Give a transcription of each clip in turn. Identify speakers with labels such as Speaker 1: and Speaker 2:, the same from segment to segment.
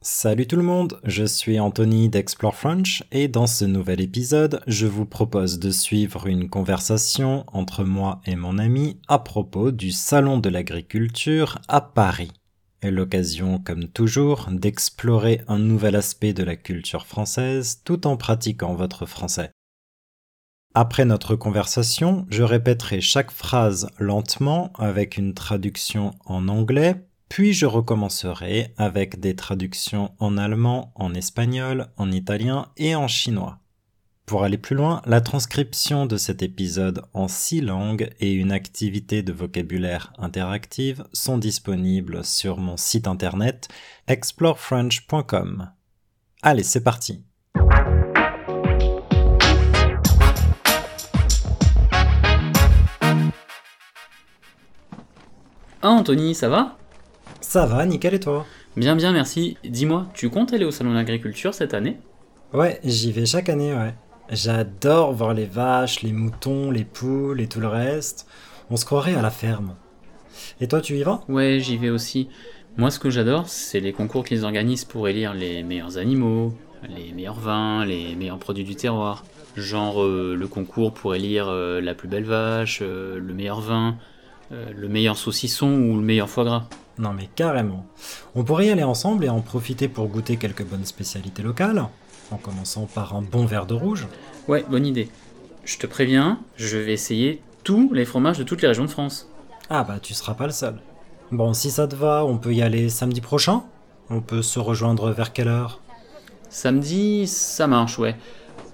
Speaker 1: Salut tout le monde, je suis Anthony d'Explore French et dans ce nouvel épisode, je vous propose de suivre une conversation entre moi et mon ami à propos du Salon de l'agriculture à Paris. Et l'occasion, comme toujours, d'explorer un nouvel aspect de la culture française tout en pratiquant votre français. Après notre conversation, je répéterai chaque phrase lentement avec une traduction en anglais puis je recommencerai avec des traductions en allemand, en espagnol, en italien et en chinois. Pour aller plus loin, la transcription de cet épisode en six langues et une activité de vocabulaire interactive sont disponibles sur mon site internet explorefrench.com. Allez, c'est parti
Speaker 2: Ah Anthony, ça va
Speaker 1: Ça va, nickel et toi
Speaker 2: Bien, bien, merci. Dis-moi, tu comptes aller au Salon de l'Agriculture cette année
Speaker 1: Ouais, j'y vais chaque année, ouais. J'adore voir les vaches, les moutons, les poules et tout le reste. On se croirait à la ferme. Et toi, tu y vas
Speaker 2: Ouais, j'y vais aussi. Moi, ce que j'adore, c'est les concours qu'ils organisent pour élire les meilleurs animaux, les meilleurs vins, les meilleurs produits du terroir. Genre euh, le concours pour élire euh, la plus belle vache, euh, le meilleur vin, euh, le meilleur saucisson ou le meilleur foie gras.
Speaker 1: Non mais carrément. On pourrait y aller ensemble et en profiter pour goûter quelques bonnes spécialités locales, en commençant par un bon verre de rouge.
Speaker 2: Ouais, bonne idée. Je te préviens, je vais essayer tous les fromages de toutes les régions de France.
Speaker 1: Ah bah tu seras pas le seul. Bon, si ça te va, on peut y aller samedi prochain On peut se rejoindre vers quelle heure
Speaker 2: Samedi, ça marche, ouais.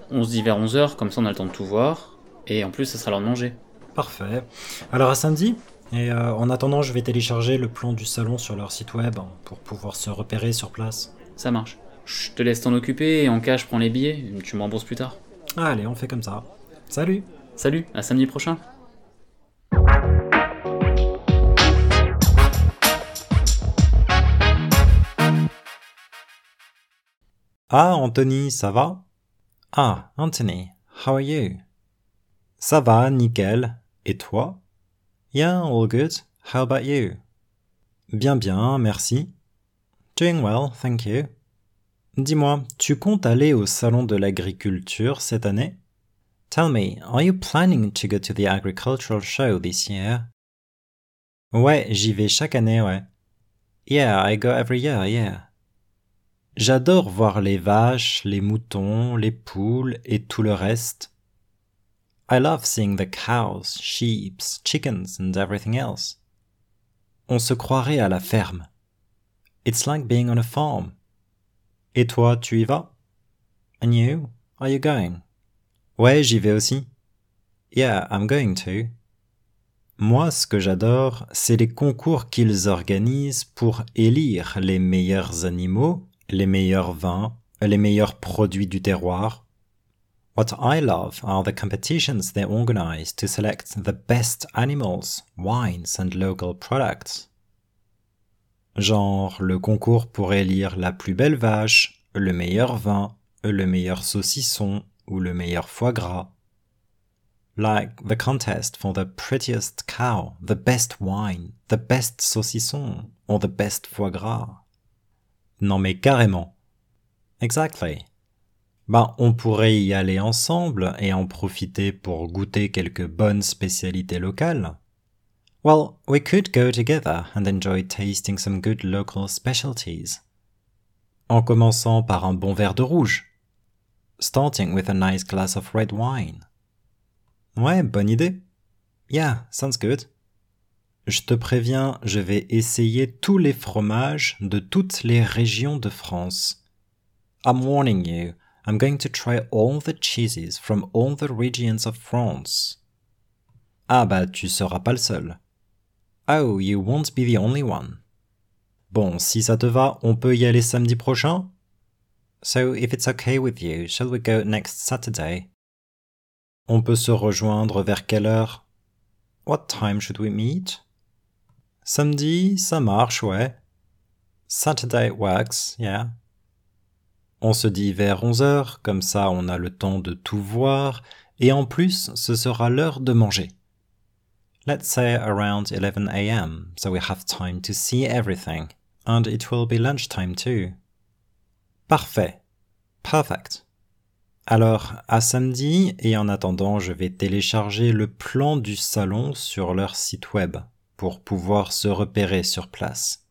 Speaker 2: On se dit vers 11h, comme ça on a le temps de tout voir. Et en plus, ça sera l'heure de manger.
Speaker 1: Parfait. Alors à samedi et euh, en attendant, je vais télécharger le plan du salon sur leur site web hein, pour pouvoir se repérer sur place.
Speaker 2: Ça marche. Je te laisse t'en occuper et en cas, je prends les billets. Tu me rembourses plus tard.
Speaker 1: Allez, on fait comme ça. Salut
Speaker 2: Salut, à samedi prochain.
Speaker 1: Ah, Anthony, ça va Ah, Anthony, how are you Ça va, nickel. Et toi Yeah, all good. How about you Bien, bien, merci. Doing well, thank you. Dis-moi, tu comptes aller au salon de l'agriculture cette année Tell me, are you planning to go to the agricultural show this year Ouais, j'y vais chaque année, ouais. Yeah, I go every year, yeah. J'adore voir les vaches, les moutons, les poules et tout le reste. I love seeing the cows, sheep, chickens and everything else. On se croirait à la ferme. It's like being on a farm. Et toi, tu y vas? And you, are you going? Ouais, j'y vais aussi. Yeah, I'm going to. Moi, ce que j'adore, c'est les concours qu'ils organisent pour élire les meilleurs animaux, les meilleurs vins, les meilleurs produits du terroir. What I love are the competitions they organize to select the best animals, wines and local products. Genre le concours pour élire la plus belle vache, le meilleur vin, le meilleur saucisson ou le meilleur foie gras. Like the contest for the prettiest cow, the best wine, the best saucisson or the best foie gras. Non mais carrément. Exactly. Ben, on pourrait y aller ensemble et en profiter pour goûter quelques bonnes spécialités locales. Well, we could go together and enjoy tasting some good local specialties. En commençant par un bon verre de rouge. Starting with a nice glass of red wine. Ouais, bonne idée. Yeah, sounds good. Je te préviens, je vais essayer tous les fromages de toutes les régions de France. I'm warning you. I'm going to try all the cheeses from all the regions of France. Ah bah tu seras pas le seul. Oh, you won't be the only one. Bon, si ça te va, on peut y aller samedi prochain? So if it's okay with you, shall we go next Saturday? On peut se rejoindre vers quelle heure? What time should we meet? Samedi, ça marche, ouais. Saturday works, yeah. On se dit vers 11h, comme ça on a le temps de tout voir, et en plus ce sera l'heure de manger. Let's say around 11 am, so we have time to see everything, and it will be lunchtime too. Parfait. Perfect. Alors, à samedi, et en attendant, je vais télécharger le plan du salon sur leur site web pour pouvoir se repérer sur place.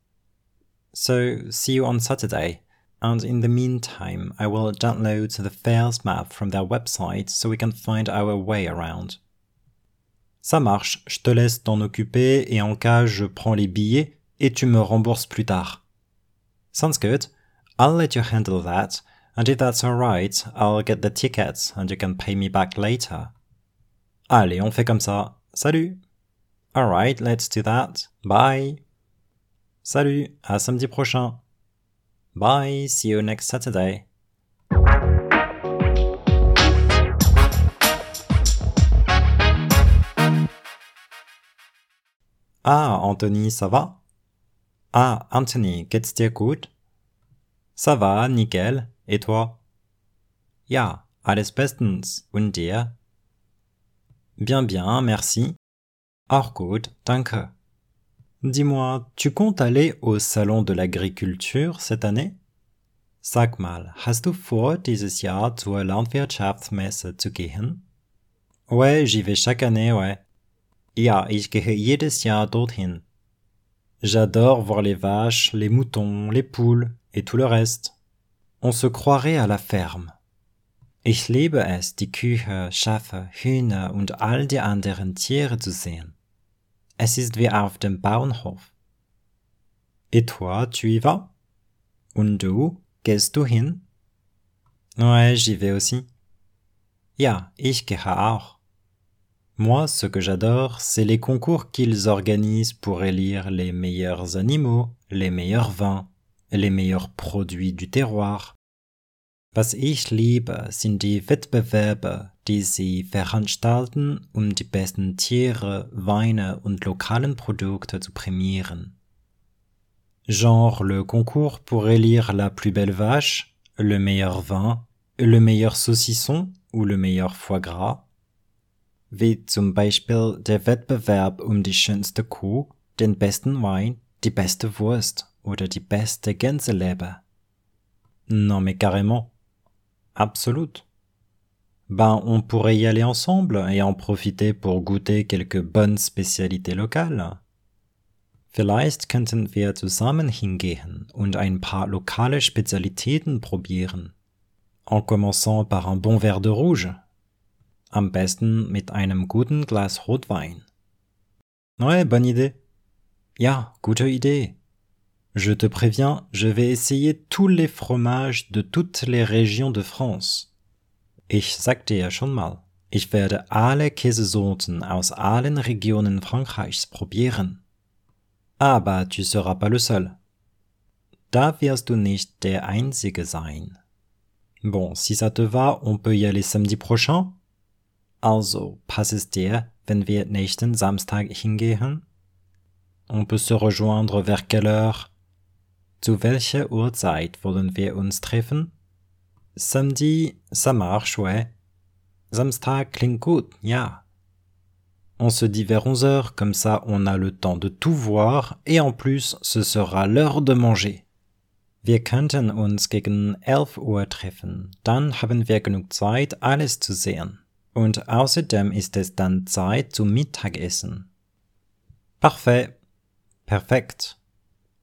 Speaker 1: So, see you on Saturday. And in the meantime, I will download the fair's map from their website so we can find our way around. Ça marche, je te laisse t'en occuper et en cas je prends les billets et tu me rembourses plus tard. Sounds good. I'll let you handle that. And if that's alright, I'll get the tickets and you can pay me back later. Allez, on fait comme ça. Salut. Alright, let's do that. Bye. Salut, à samedi prochain. Bye, see you next Saturday. Ah, Anthony, ça va? Ah, Anthony, geht's dir gut? Ça va, nickel. Et toi? Ja, alles bestens. Und dir? Bien, bien, merci. Auch gut, danke. Dis-moi, tu comptes aller au salon de l'agriculture cette année? Sag mal, hast du vor, dieses Jahr zur Landwirtschaftsmesse zu gehen? Ouais, j'y vais chaque année, ouais. Ja, ich gehe jedes Jahr dorthin. J'adore voir les vaches, les moutons, les poules et tout le reste. On se croirait à la ferme. Ich liebe es, die Kühe, Schafe, Hühner und all die anderen Tiere zu sehen. Es ist wie auf dem Bauernhof. Et toi, tu y vas? Und du, gehst du hin? Ouais, j'y vais aussi. Ja, ich gehe auch. Moi, ce que j'adore, c'est les concours qu'ils organisent pour élire les meilleurs animaux, les meilleurs vins, les meilleurs produits du terroir. Was ich liebe, sind die Wettbewerbe, die sie veranstalten, um die besten Tiere, Weine und lokalen Produkte zu prämieren. Genre le concours pour élire la plus belle vache, le meilleur vin, le meilleur saucisson ou le meilleur foie gras wie zum Beispiel der Wettbewerb um die schönste Kuh, den besten Wein, die beste Wurst oder die beste Gänseleber. Non mais carrément. Absolut. Ben, on pourrait y aller ensemble et en profiter pour goûter quelques bonnes spécialités locales. Vielleicht könnten wir zusammen hingehen und ein paar lokale Spezialitäten probieren. En commençant par un bon verre de rouge, am besten mit einem guten Glas Rotwein. Ouais, bonne idée. Ja, gute Idee. Je te préviens, je vais essayer tous les fromages de toutes les régions de France. Ich sagte ja schon mal, ich werde alle Käsesorten aus allen Regionen Frankreichs probieren. Aber tu seras pas le seul. Da wirst du nicht der Einzige sein. Bon, si ça te va, on peut y aller samedi prochain? Also, passt es dir, wenn wir nächsten Samstag hingehen? On peut se rejoindre vers quelle heure? Zu welcher Uhrzeit wollen wir uns treffen? Samedi, ça marche, ouais. Samstag klingt gut, ja. On se dit vers 11 heures, comme ça on a le temps de tout voir et en plus ce sera l'heure de manger. Wir könnten uns gegen 11 Uhr treffen, dann haben wir genug Zeit, alles zu sehen. Und außerdem ist es dann Zeit zum Mittagessen. Parfait. Perfect.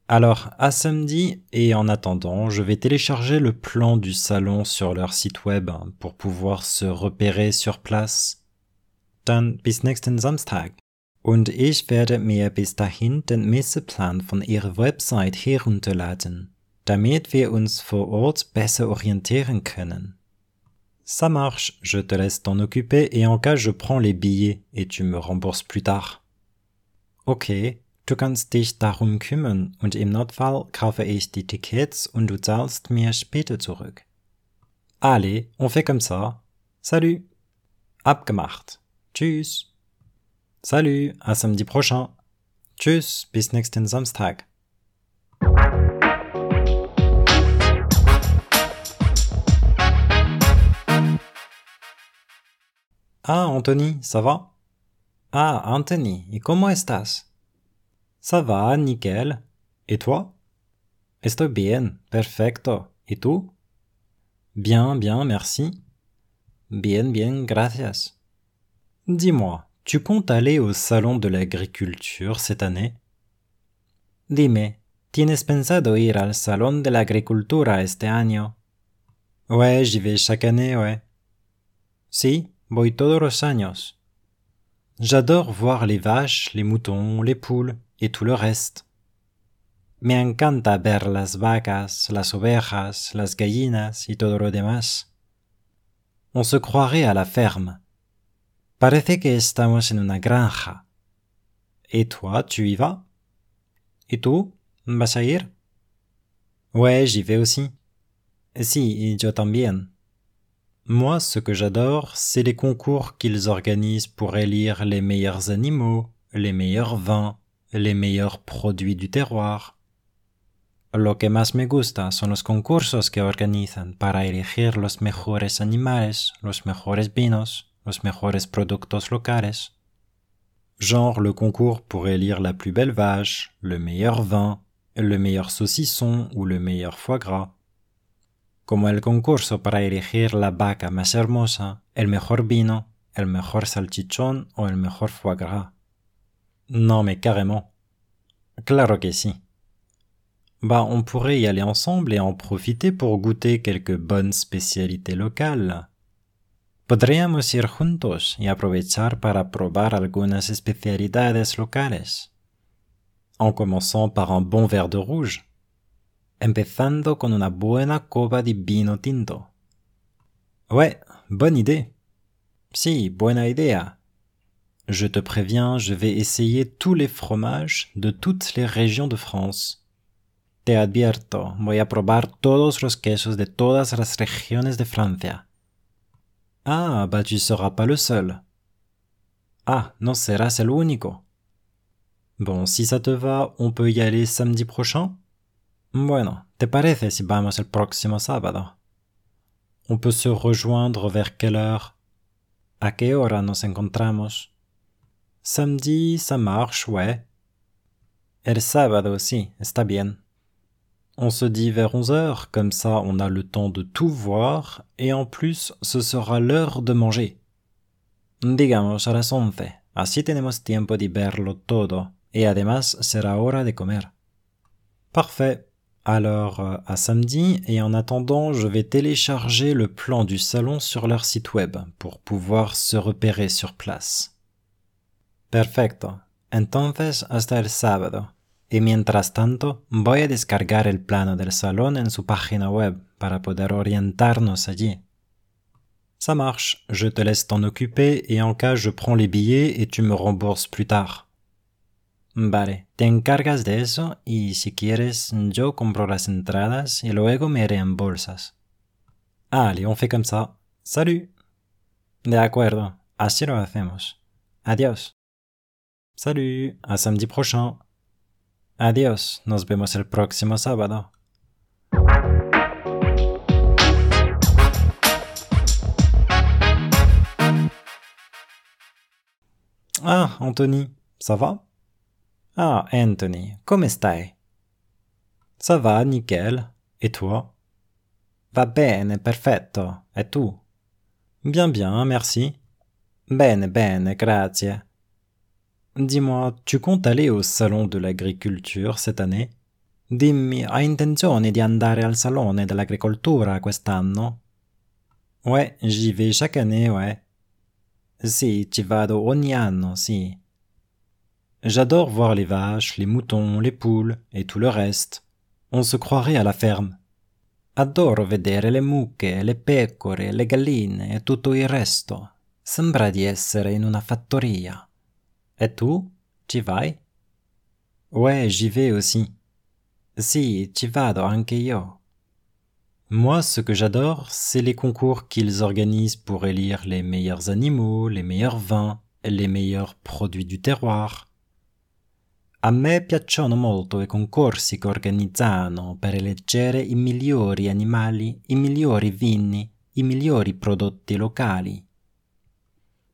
Speaker 1: Alors, à samedi, et en attendant, je vais télécharger le plan du salon sur leur site web pour pouvoir se repérer sur place. Dann bis nächsten Samstag. Und ich werde mir bis dahin den Messeplan von ihrer Website herunterladen, damit wir uns vor Ort besser orientieren können. Ça marche, je te laisse t'en occuper et en cas je prends les billets et tu me rembourses plus tard. Okay, du kannst dich darum kümmern und im Notfall kaufe ich die Tickets und du zahlst mir später zurück. Allez, on fait comme ça. Salut. Abgemacht. Tschüss. Salut, à samedi prochain. Tschüss, bis nächsten Samstag. Ah, Anthony, ça va? Ah, Anthony, et comment estás? Ça va, nickel. Et toi? Estoy bien, perfecto. Et tu? Bien, bien, merci. Bien, bien, gracias. Dis-moi, tu comptes aller au salon de l'agriculture cette année Dime, ¿tienes pensado ir al salón de la agricultura este año? Ouais, j'y vais chaque année, ouais. Si, voy todos los años. J'adore voir les vaches, les moutons, les poules et tout le reste. Me encanta ver las vacas, las ovejas, las gallinas y todo lo demás. On se croirait à la ferme. Parece que estamos en una granja. Et toi, tu y vas? Et tu, vas a ir? Ouais, j'y vais aussi. Si, yo también. Moi, ce que j'adore, c'est les concours qu'ils organisent pour élire les meilleurs animaux, les meilleurs vins, les meilleurs produits du terroir. Lo que más me gusta son los concursos que organizan para elegir los mejores animales, los mejores vinos, los mejores productos locales. Genre le concours pour élire la plus belle vache, le meilleur vin, le meilleur saucisson ou le meilleur foie gras. Como el concurso para elegir la vaca más hermosa, el mejor vino, el mejor salchichón o el mejor foie gras. Non mais carrément. Claro que si. Bah, on pourrait y aller ensemble et en profiter pour goûter quelques bonnes spécialités locales. Podríamos ir juntos y aprovechar para probar algunas especialidades locales. En commençant par un bon verre de rouge. Empezando con una buena copa de vino tinto. Ouais, bonne idée. Si, buena idea. Je te préviens, je vais essayer tous les fromages de toutes les régions de France. Te advierto, voy a probar todos los quesos de todas las regiones de Francia. Ah, bah tu seras pas le seul. Ah, non serás el único. Bon, si ça te va, on peut y aller samedi prochain? Bueno, ¿te parece si vamos el próximo sábado? On peut se rejoindre vers quelle heure? ¿A qué hora nos encontramos? Samedi, ça marche, ouais. El sábado, sí, está bien. On se dit vers 11 heures, comme ça on a le temps de tout voir, et en plus ce sera l'heure de manger. Digamos a las 11, así tenemos tiempo de verlo todo, et además será hora de comer. Parfait. Alors euh, à samedi, et en attendant je vais télécharger le plan du salon sur leur site web pour pouvoir se repérer sur place. Perfecto. Entonces hasta el sábado. Y mientras tanto, voy a descargar el plano del salón en su página web para poder orientarnos allí. Ça marche, je te laisse t'en occuper et en cas je prends les billets et tu me rembourses plus tard. Vale, te encargas de eso y si quieres yo compro las entradas y luego me reembolsas. Ah, Allez, on fait comme ça. Salut. De acuerdo, así lo hacemos. Adiós. Salut, à samedi prochain. Adiós, nos vemos el próximo sábado. Ah, Anthony, ça va? Ah, Anthony, ¿cómo estás? Ça va, nickel. Et toi? Va bene, perfetto. Et tu? Bien, bien, merci. Bene, bene, grazie. Dis-moi, tu comptes aller au salon de l'agriculture cette année? Dimmi, hai intenzione di andare al salone dell'agricoltura quest'anno? Ouais, j'y vais chaque année, ouais. Si, ci vado ogni anno, si. J'adore voir les vaches, les moutons, les poules et tout le reste. On se croirait à la ferme. Adoro vedere le mucche, le pecore, le galline e tutto il resto. Sembra di essere in una fattoria. Et tu? Ci vai? Ouais, j'y vais aussi. Si, ci vado anche io. Moi, ce que j'adore, c'est les concours qu'ils organisent pour élire les meilleurs animaux, les meilleurs vins, les meilleurs produits du terroir. A me piacciono molto i concorsi che organizzano per eleggere i migliori animali, i migliori vini, i migliori prodotti locali.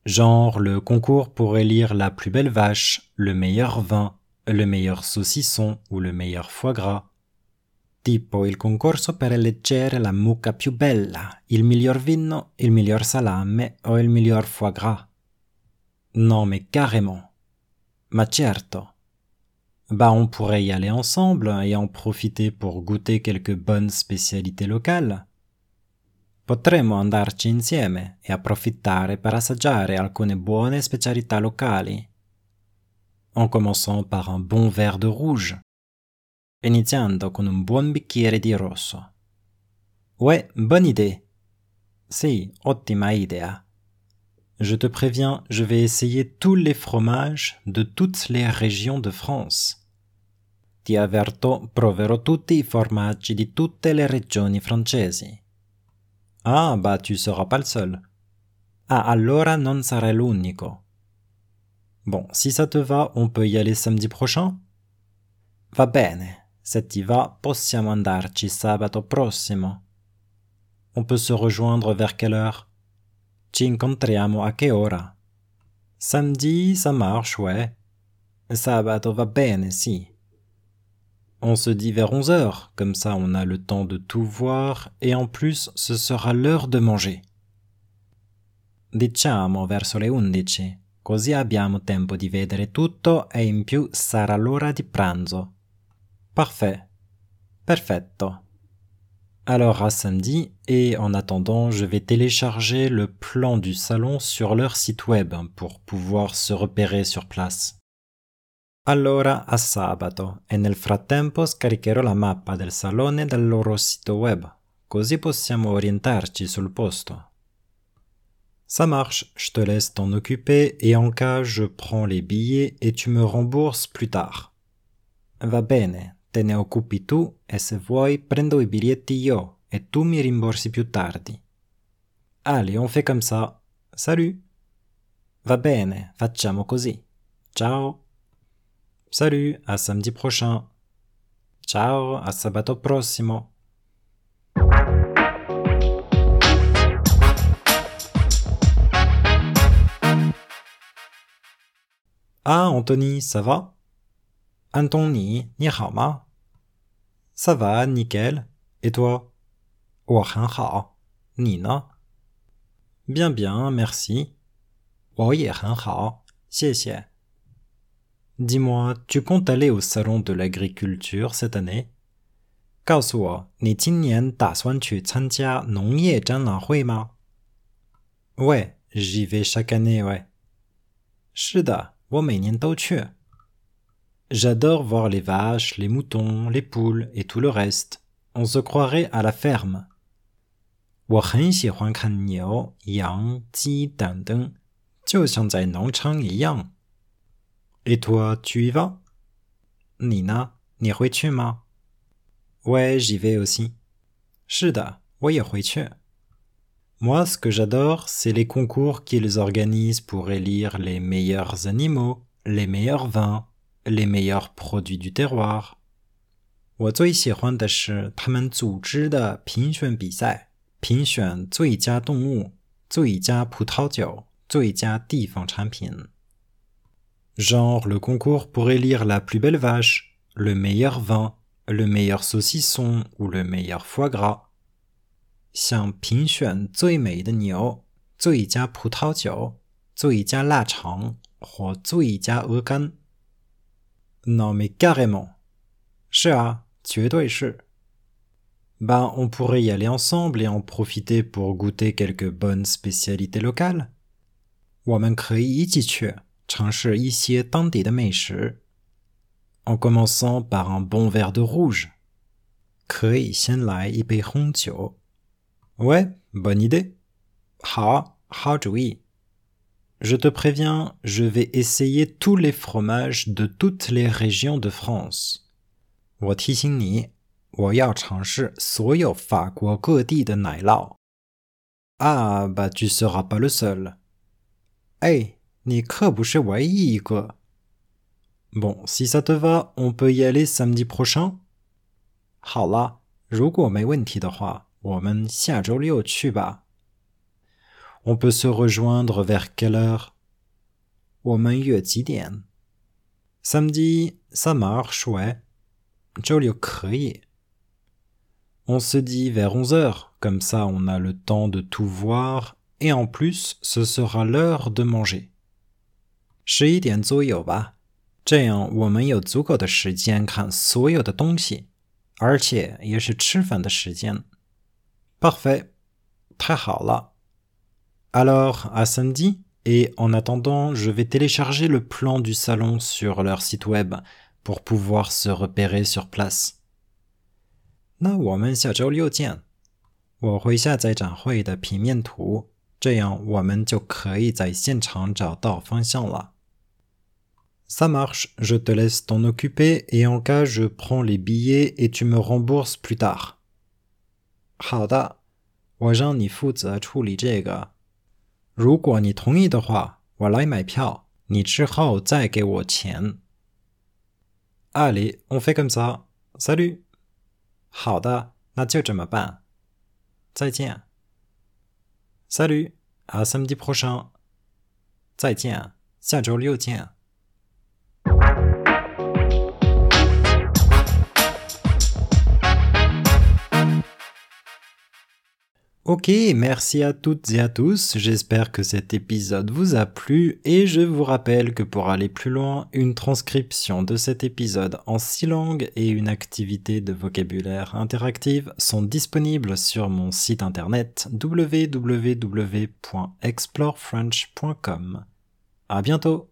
Speaker 1: Genre le concours pour élire la plus belle vache, le meilleur vin, le meilleur saucisson ou le meilleur foie gras. tipo il concorso per eleggere la mucca più bella, il miglior vino, il miglior salame o il miglior foie gras. Non, mais carrément. Ma certo. Bah, on pourrait y aller ensemble et en profiter pour goûter quelques bonnes spécialités locales. Potremmo andarci insieme e approfittare per assaggiare alcune buone specialità locali. En commençant par un bon verre de rouge. Iniziando con un buon bicchiere di rosso. Ouais, bonne idée. Si, ottima idea. Je te préviens, je vais essayer tous les fromages de toutes les régions de France. Ti avverto, proverò tutti i formaggi di tutte le regioni francesi. Ah, bah tu seras pas le seul. Ah, allora non sarai l'unico. Bon, si ça te va, on peut y aller samedi prochain? Va bene, se ti va, possiamo andarci sabato prossimo. On peut se rejoindre vers quelle heure? Ci incontriamo a che ora? Samedi, ça marche, ouais. Sabato va bene, si. On se dit vers 11 heures, comme ça on a le temps de tout voir et en plus ce sera l'heure de manger. Diciamo verso le 11, così abbiamo tempo di vedere tutto e in più sarà l'ora di pranzo. Parfait. Perfetto. Alors à samedi, et en attendant, je vais télécharger le plan du salon sur leur site web hein, pour pouvoir se repérer sur place. Allora a sabato, e nel frattempo scaricherò la mappa del salone dal loro sito web, così possiamo orientarci sul posto. Ça marche, je te laisse t'en occuper et en cas je prends les billets et tu me rembourses plus tard. Va bene, te ne occupi tu e se vuoi prendo i biglietti io e tu mi rimborsi più tardi. Allez, on fait comme ça. Salut. Va bene, facciamo così. Ciao. Salut, à samedi prochain. Ciao, a sabato prossimo. Ah, Anthony, ça va? Anthony, ni hao ma? Ça va, nickel. Et toi? Wo han hao. Ni ne? Bien, bien, merci. Wo ye han hao. Xie xie. Dis-moi, tu comptes aller au salon de l'agriculture cette année? 告诉我，你今年打算去参加农业展览会吗？Ouais, j'y vais chaque année, ouais. 是的，我每年都去。J'adore voir les vaches, les moutons, les poules et tout le reste. On se croirait à la ferme. 我很喜欢看牛、羊、鸡等等，就像在农场一样。Et toi, tu y vas? 你呢？你会去吗？Ouais, j'y vais aussi. 是的，我也会去。Moi, ce que j'adore, c'est les concours qu'ils organisent pour élire les meilleurs animaux, les meilleurs vins, les meilleurs produits du terroir. 我最喜欢的是他们组织的评选比赛，评选最佳动物、最佳葡萄酒、最佳地方产品。Genre le concours pour élire la plus belle vache, le meilleur vin, le meilleur saucisson ou le meilleur foie gras. 想评选最美的牛、最佳葡萄酒、最佳腊肠或最佳鹅肝。Non, mais carrément. 是啊，绝对是。Ben, on pourrait y aller ensemble et en profiter pour goûter quelques bonnes spécialités locales. 我们可以一起去尝试一些当地的美食。En commençant par un bon verre de rouge. 可以先来一杯红酒。Ouais, bonne idée. 好，好主意。Je te préviens, je vais essayer tous les fromages de toutes les régions de France. 我提醒你，我要尝试所有法国各地的奶酪。Ah, bah tu seras pas le seul. 哎，你可不是唯一一个。Bon, si ça te va, on peut y aller samedi prochain. 好啦，如果没问题的话，我们下周六去吧。On peut se rejoindre vers quelle heure? 我们约几点? Samedi, ça marche, ouais. 周六可以. On se dit vers 11 heures, comme ça on a le temps de tout voir, et en plus ce sera l'heure de manger. 十一点左右吧，这样我们有足够的时间看所有的东西，而且也是吃饭的时间。Parfait，太好了。Alors à samedi et en attendant, je vais télécharger le plan du salon sur leur site web pour pouvoir se repérer sur place. 那我们下周六见。我会下载展会的平面图，这样我们就可以在现场找到方向了。Ça marche, je te laisse t'en occuper et en cas je prends les billets et tu me rembourses plus tard. 好的，我让你负责处理这个。如果你同意的话，我来买票，你之后再给我钱。Allez, on fait comme ça. Salut. 好的，那就这么办。再见。Salut, à samedi prochain. 再见，下周六见。Ok, merci à toutes et à tous, j'espère que cet épisode vous a plu et je vous rappelle que pour aller plus loin, une transcription de cet épisode en six langues et une activité de vocabulaire interactive sont disponibles sur mon site internet www.explorefrench.com. À bientôt